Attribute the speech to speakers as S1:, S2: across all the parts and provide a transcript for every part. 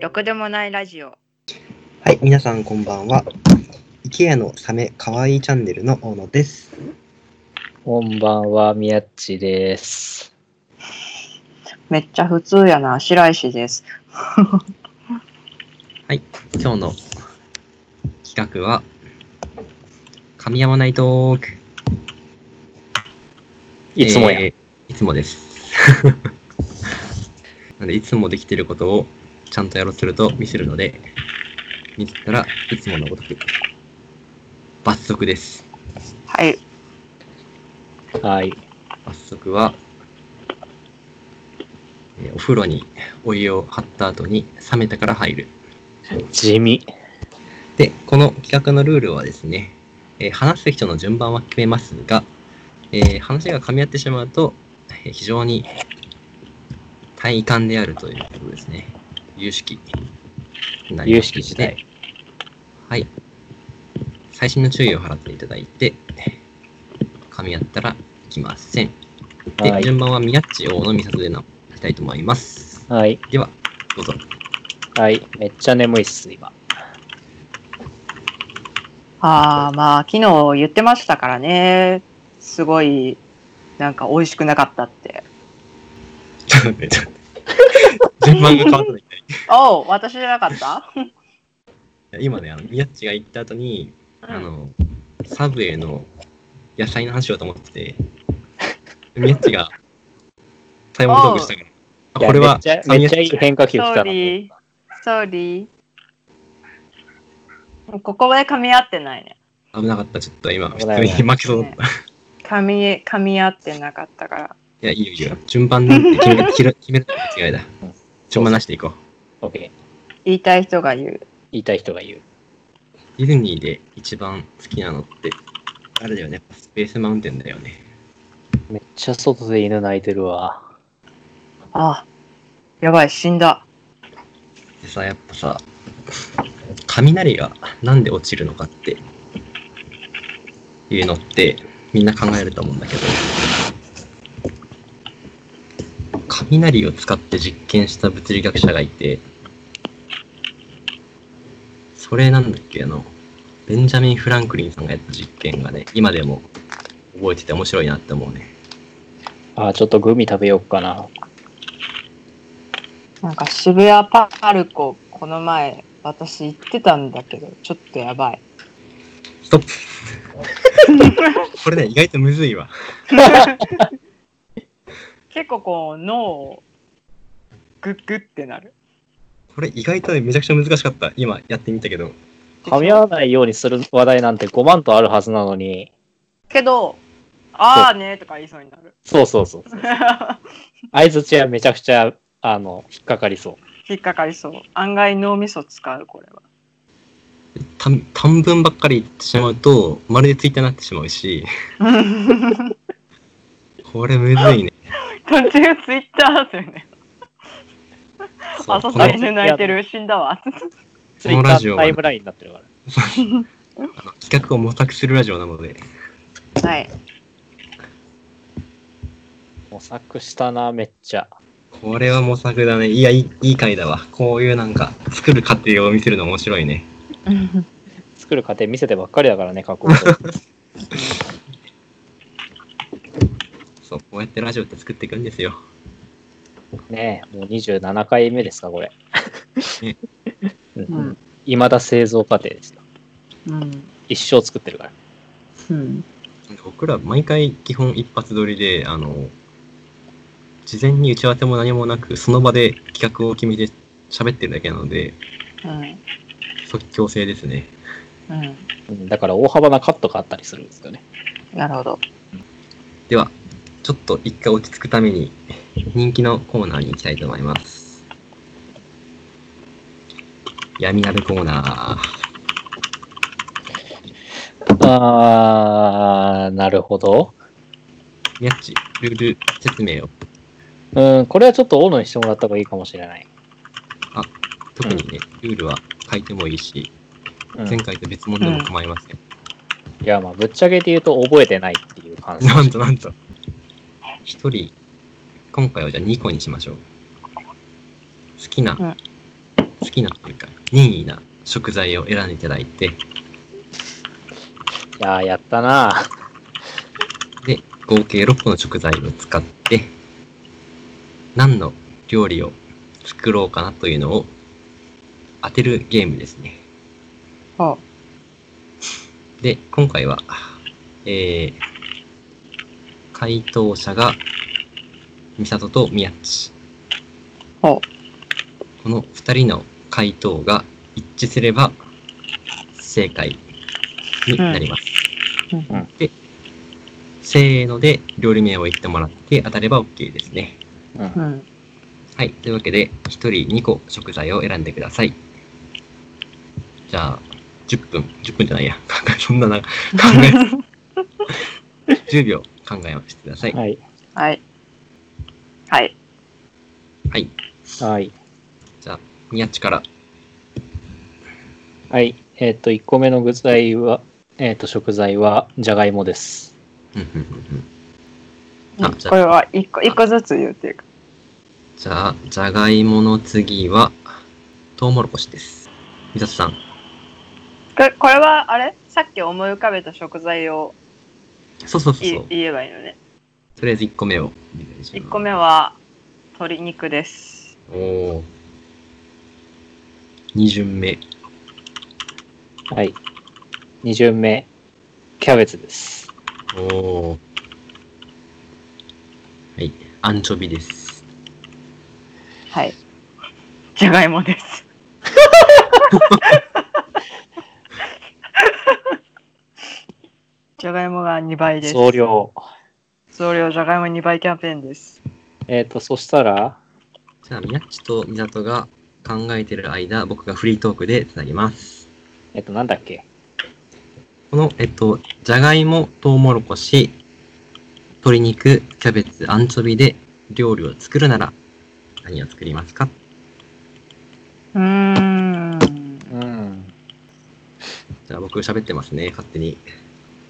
S1: ろくでもないラジオ。
S2: はい、皆さんこんばんは。IKEA のサメかわいいチャンネルの大野です。
S3: こんばんは、みやっちです。
S1: めっちゃ普通やな、白石です。
S2: 今日の企画は、噛み合わないトーク。
S3: いつもや。
S2: えーいつもです。 なので、いつもできてることをちゃんとやろうとすると見せるので、見せたらいつものごとく、罰則です。
S1: はい。
S3: はい。
S2: 罰則は、えーお風呂にお湯を張った後に冷めたから入る。
S3: 地味。
S2: で、この企画のルールはですね、えー話す人の順番は決めますが、えー話が噛み合ってしまうと、えー非常に体感であるということですね。有識になり
S3: 有
S2: ます
S3: 識時
S2: ので
S3: 代。
S2: はい。最新の注意を払っていただいて、噛み合ったらいきません。で、
S3: はい。
S2: 順番は宮っち王のみさとで直したいと思います。
S3: はい。
S2: では、どう ぞ。
S3: はい。めっちゃ眠いっす、今。
S1: ああ、まあ、昨日言ってましたからね。すごい、なんか美味しくなかったって。
S2: ちょっと待って、ちょっと待って。順番が変わったのに
S1: おう、私じゃなかった
S2: いや今ね、あの、宮っちが行った後に、あ
S1: うん
S2: の、サブウェイの野菜の話をと思ってて、宮っちが、タイムトークしたから、あ
S3: いや
S2: これは
S3: めっちゃ、
S2: あ
S3: めっちゃいい変化球来たな。
S1: Sorry。Sorry。ここで噛み合ってないね。
S2: 危なかった、ちょっと今、普
S3: 危ない
S2: 通に負けそうだった。い
S1: 噛み、噛み合ってなかったから。
S2: や、いいよいいよ。順番で決め、決め決めるのが違いだ
S3: うん。
S2: 順番なしでいこう。
S3: オッケー。
S1: 言いたい人が言う。
S3: 言いたい人が言う。
S2: ディズニーで一番好きなのって、あれだよね、スペースマウンテンだよね。
S3: めっちゃ外で犬鳴いてるわ。
S1: ああ、やばい、死んだ。
S2: でさ、やっぱさ、雷がなんで落ちるのかっていうのってみんな考えると思うんだけど、雷を使って実験した物理学者がいて、それなんだっけ、あの、ベンジャミン・フランクリンさんがやった実験がね、今でも覚えてて面白いなって思うね。
S3: あ、ちょっとグミ食べようかな。
S1: なんか渋谷パルコ、この前、私行ってたんだけど、ちょっとやばい。
S2: ストップ これね、意外とむずいわ。
S1: 結構こう、脳をグッグッってなる。
S2: これ意外とねめちゃくちゃ難しかった。今やってみたけど。
S3: 噛み合わないようにする話題なんて5万とあるはずなのに。
S1: けど、あーねーとか言いそうにな る。
S3: そうそうそう。相づちはめちゃくちゃ、あの、引っかかりそう。
S1: 引っかかりそう。案外脳みそ使う、これは。
S2: 短短文ばっかり言ってしまうと、まるでツイッターになってしまうし、 これむず いね。
S1: 途中ツイッターですよね。
S2: そ
S1: あ、
S2: う
S1: そうそ
S2: この
S1: う、犬鳴いてる、死んだわ。
S3: ツ
S2: こ
S3: イ
S2: の
S3: ッ
S2: ラ
S3: タ
S2: ジオ
S3: ー
S2: は
S3: タイムラインになってるから。
S2: あの企画を模索するラジオなので、
S1: はい。
S3: 模索したな、めっちゃ。
S2: これは模索だね。いや、いいいい回だわ。こういうなんか、作る過程を見せるの面白いね。
S3: 作る過程見せてばっかりだからね、過去。
S2: そう、こうやってラジオって作っていくんですよ。
S3: ねえ、もう27回目です か、これ。
S2: ね
S1: うん。
S3: いまだ製造過程ですよ。
S1: うん。
S3: 一生作ってるから。
S1: うん。
S2: なんか僕ら毎回基本一発撮りで、あの、事前に打ち合わせも何もなく、その場で企画を決めて喋ってるだけなので、
S1: うん。
S2: 即興性ですね。
S1: うん。
S3: うんだから大幅なカットがあったりするんですよね。
S1: なるほど。
S2: では、ちょっと一回落ち着くために、人気のコーナーに行きたいと思います。闇鍋コーナー。
S3: あー、なるほど。
S2: みやっち、ルール説明を。
S3: うん、これはちょっとオーノにしてもらった方がいいかもしれない。
S2: 特にね、ルールは変えてもいいし、
S3: うん、
S2: 前
S3: い
S2: 回と別物でも構いません。
S3: や、まあ、ぶっちゃけて言うと覚えて ないっていう感じ。
S2: なんとなんと。一人、今回はじゃあ2個にしましょう。好きな、
S1: うん
S2: 好きなというか、任意な食材を選んでいただいて、
S3: いやー、やったな
S2: で、合計6個の食材を使って、何の料理を作ろうかなというのを当てるゲームですね。
S1: は
S2: で、今回は、えー、回答者が、ミサトとミヤッチ。
S1: あ、は
S2: この二人の回答が一致すれば、正解になります。
S1: あ。
S2: せーので、料理名を言ってもらって、当たれば OK ですね。
S3: う。
S1: うん ん。
S2: はい。というわけで、1人2個食材を選んでください。じゃあ、10分。10分じゃないや。 考えそんなな、考え、10秒考えをしてください。
S3: はい。
S1: はい。はい。
S2: はい。
S3: はい。
S2: ニヤッチから。
S3: はい。えっ、と、1個目の具材は、えっ、と、食材は、じゃがいもです。
S2: うんうんうんうんあじゃあ
S1: これは一個一個ずつ言うっていうか。
S2: じゃあ、じゃがいもの次は、トウモロコシです。みさとさん。
S1: これこれはあれさっき思い浮かべた食材を
S2: そうそうそう
S1: い
S2: そう。
S1: 言えばいいのね。
S2: とりあえず1個目をお願いします。
S1: 1個目は鶏肉です。
S2: おお。2巡目。
S3: はい。2巡目、キャベツです。
S2: おお。はい。アンチョビです。
S1: はい。じゃがいもです。じゃがいもが2倍です。
S3: 増量。
S1: 増量じゃがいも2倍キャンペーンです。
S3: えっ、と、そしたら、
S2: じゃあ、みなっちとみさとが考えてる間、僕がフリートークでつなぎます。
S3: えっ、と、なんだっけ
S2: この、えっと、じゃがいも、とうもろこし、鶏肉、キャベツ、アンチョビで料理を作るなら、何を作りますか
S1: うーん。
S3: うん。
S2: じゃあ僕喋ってますね、勝手に。い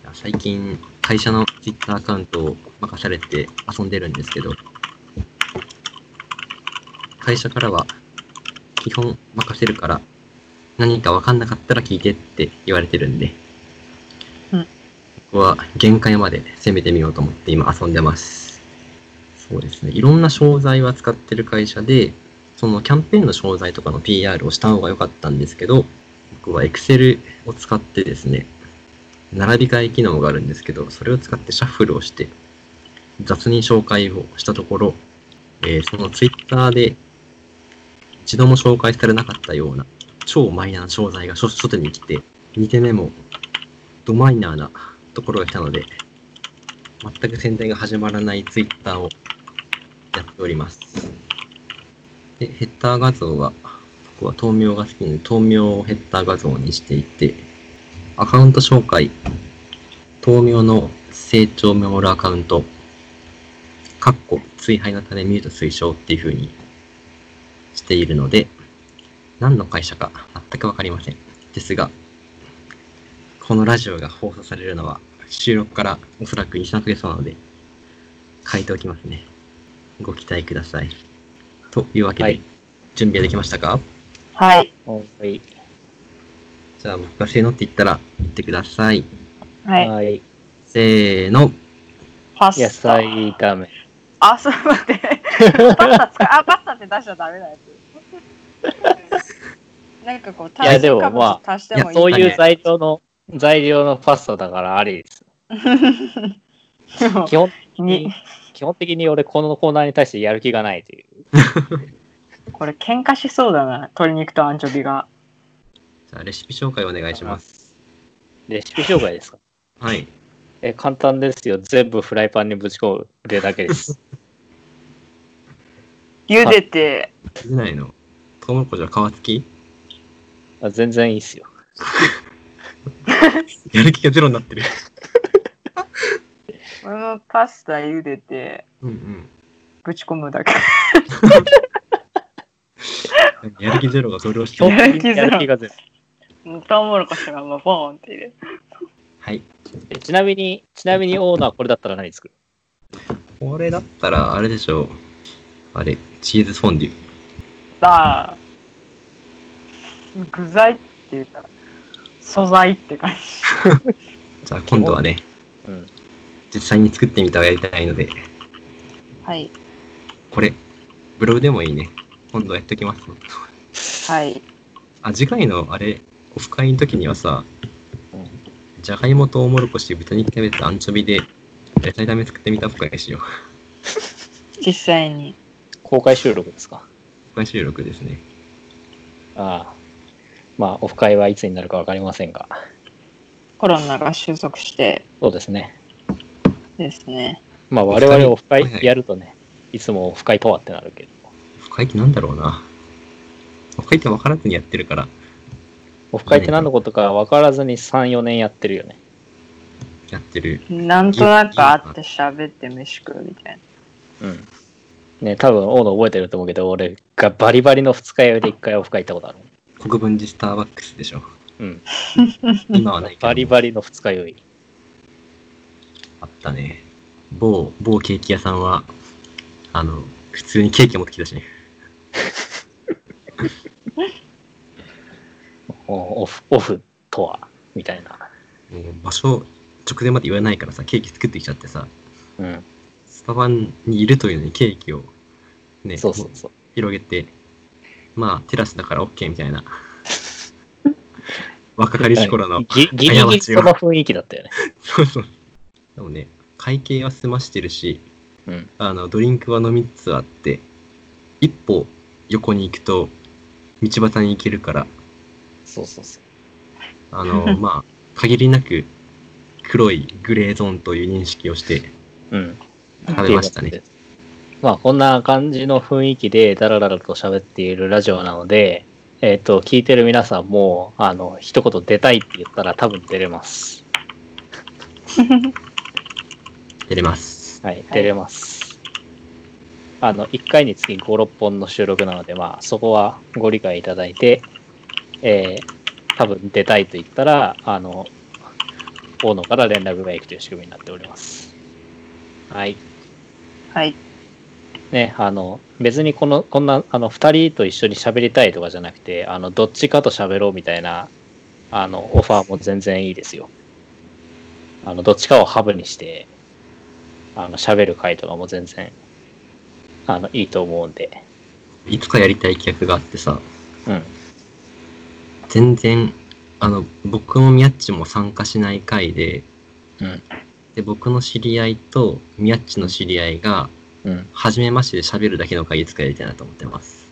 S2: や最近、会社の Twitter アカウントを任されて遊んでるんですけど、会社からは、基本任せるから、何か分かんなかったら聞いてって言われてるんで、
S1: うん
S2: 僕は限界まで攻めてみようと思って今遊んでます。そうですね。いろんな商材は使ってる会社で、そのキャンペーンの商材とかの PR をした方が良かったんですけど、僕は Excel を使ってですね、並び替え機能があるんですけど、それを使ってシャッフルをして、雑に紹介をしたところ、えーその Twitter で一度も紹介されなかったような超マイナーな商材が初初手に来て、2手目もドマイナーなところが来たので、全く宣伝が始まらない Twitter をやっております。で、ヘッダー画像は僕は豆苗が好きなので豆苗をヘッダー画像にしていてアカウント紹介豆苗の成長を守るアカウントかっこ追廃のためミュート推奨っていう風にしているので何の会社か全くわかりませんですがこのラジオが放送されるのは収録からおそらく23ヶ月後なので書いておきますねご期待くださいというわけで、
S3: はい
S2: 準備はできましたか
S1: はい。
S3: はい。
S2: じゃあ僕がせーのって言ったら言ってください。
S1: はい。
S3: はい。
S2: せーの。
S1: パスタ。
S3: 野菜炒め。
S1: あ、そう待 って。パスタ使う。あ、パスタって出しちゃダメなやつ。 なんかこう、
S3: いやで
S1: 炭水
S3: も
S1: 化物足してもいい
S2: まあ
S3: そう
S2: や
S3: いう材料の、材料のパスタだからありです。
S1: そう
S3: 基本的
S1: に
S3: に、基本的に俺このコーナーに対してやる気がないという。
S1: これ喧嘩しそうだな。鶏肉とアンチョビが。
S2: じゃあレシピ紹介お願いします。
S3: す。レシピ紹介ですか
S2: はい。
S3: え、簡単ですよ。全部フライパンにぶち込むでだけです。
S1: 茹でて、
S2: 出ないの。トウモロコシは皮付き
S3: あ全然いいっすよ。
S2: やる気がゼロになってる。
S1: 俺もパスタ茹でて、
S2: うんうん。
S1: ぶち込むだけ。
S2: なん かやる気ゼロが増量し
S3: 基本
S2: て
S1: やる気ゼ
S2: る。
S3: 的に
S1: ロ
S3: やる気が全
S1: トウモロコシがもうボーンって入れる。
S2: はい。
S3: 部。ちなみに、ちなみにオーナーこれだったら何作る
S2: これだったら、あれでしょう。あれ、チーズフォンデュ。
S1: さあ、具材っていうか、素材って感
S2: じゃあ今度はね、
S3: うん。
S2: 実際に作ってみたをやりたいので、
S1: じ。はい。
S2: これ、ブログでもいいね。今度やっておきます。
S1: はい。
S2: あ、次回のあれ、オフ会の時にはさ
S3: うん、
S2: じゃがいもとうもろこし、豚肉キャベツ、アンチョビで、野菜炒め作ってみたオフ会しよう。
S1: 実際に。
S3: 公開収録ですか
S2: オフ会収録ですね。
S3: ああ。まあ、オフ会はいつになるかわかりませんが。
S1: コロナが収束して
S3: そうですね。
S1: ですね。
S3: まあ、我々オフ
S2: オフ
S3: 会
S2: 会
S3: やるとね、いつもオフ会とはってなるけど、
S2: オフ会ってなんだろうな。オフ会って分からずにやってるから、
S3: オフ会って何のことか分からずに3、4年やってるよね。
S2: やってる。
S1: なんとなく会って喋って飯食うみたい
S3: うん。ね、多分、大野覚えてると思うけど、俺がバリバリの二日酔いで一回オフ会行ったことあるもん。
S2: 国分寺スターバックスでし ょ。
S3: うん。
S2: 今はないけど。
S3: バリバリの二日酔い。
S2: あったね。某、某ケーキ屋さんは、あの、普通にケーキ持ってきたしね。
S3: おオフ、オフとは、みたいな。
S2: もう場所、直前まで言わないからさ、ケーキ作ってきちゃってさ、
S3: うん。
S2: スタバにいるというのにケーキを、ね、
S3: そうそうそう。
S2: 広げて、まあ、テラスだから OK みたい な。若かりし頃の。
S3: ギギリギリその雰囲気だったよね。
S2: そうそう。でもね、会計は済ましてるし、
S3: うん。
S2: あの、ドリンクは飲みつつあって、一歩横に行くと、道端に行けるから、
S3: そうそうそう。
S2: あの、まあ、限りなく黒いグレーゾーンという認識をして
S3: うん。
S2: 食べましたね。。
S3: まあ、こんな感じの雰囲気で、だらだらと喋っているラジオなので、えっ、と、聞いてる皆さんも、あの、一言出たいって言ったら多分出れます。
S2: 出れます。
S3: はい、出れます。あの、1回につき5、6本の収録なので、まあ、そこはご理解いただいて、えー、多分出たいと言ったら、あの、大野から連絡が行くという仕組みになっております。はい。
S1: な。はい。
S3: ね、あの、別にこの、こんな、あの、二人と一緒に喋りたいとかじゃなくて、あの、どっちかと喋ろうみたいな、あの、オファーも全然いいですよ。あの、どっちかをハブにして、あの、喋る回とかも全然、あの、いいと思うんで。
S2: いつかやりたい企画があってさ、
S3: うん。
S2: 全然、あの、僕もミヤッチも参加しない回で、
S3: うん。
S2: で、僕の知り合いとミヤッチの知り合いが、
S3: うん。
S2: 初めましてで喋るだけの回いつかやりたいなと思ってます。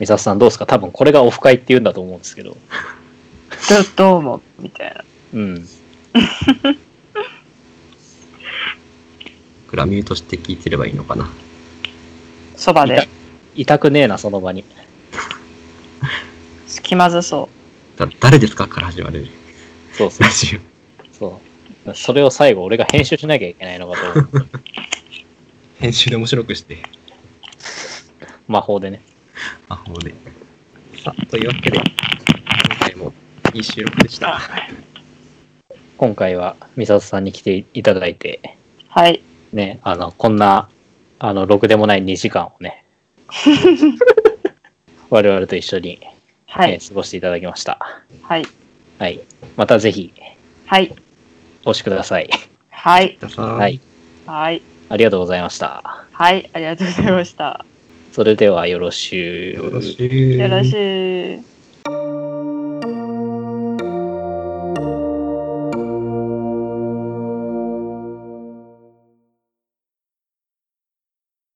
S3: 美里さんどうですか多分これがオフ会って言うんだと思うんですけど。
S1: どどうも、みたいな。
S3: うん。
S2: 僕らミュートして聞いてればいいのかな。
S1: そばで。
S3: 痛くねえな、その場に。
S1: 気まずそ
S2: だ誰ですかから始まる
S3: そうそう
S2: ラ。ジオ。
S3: そう。それを最後、俺が編集しなきゃいけないのかと思う。
S2: 編集で面白くして、
S3: 魔法でね。
S2: 魔法で。さあ、というわけで、今回もいい収録でした。
S3: 今回は美里さんに来ていただいて、
S1: う。はい。
S3: ね、あの、こんな、あの、ろくでもない2時間をね、我々と一緒に、
S1: はい。
S3: えー過ごしていただきました。
S1: はい。
S3: はい。またぜひ、
S1: はい。
S3: お越しください。
S1: はい。
S2: ください。
S3: はい。
S1: はい。
S3: ありがとうございました。
S1: はい。ありがとうございました。
S3: それではよろしゅう。
S2: よろしく
S1: よろしい。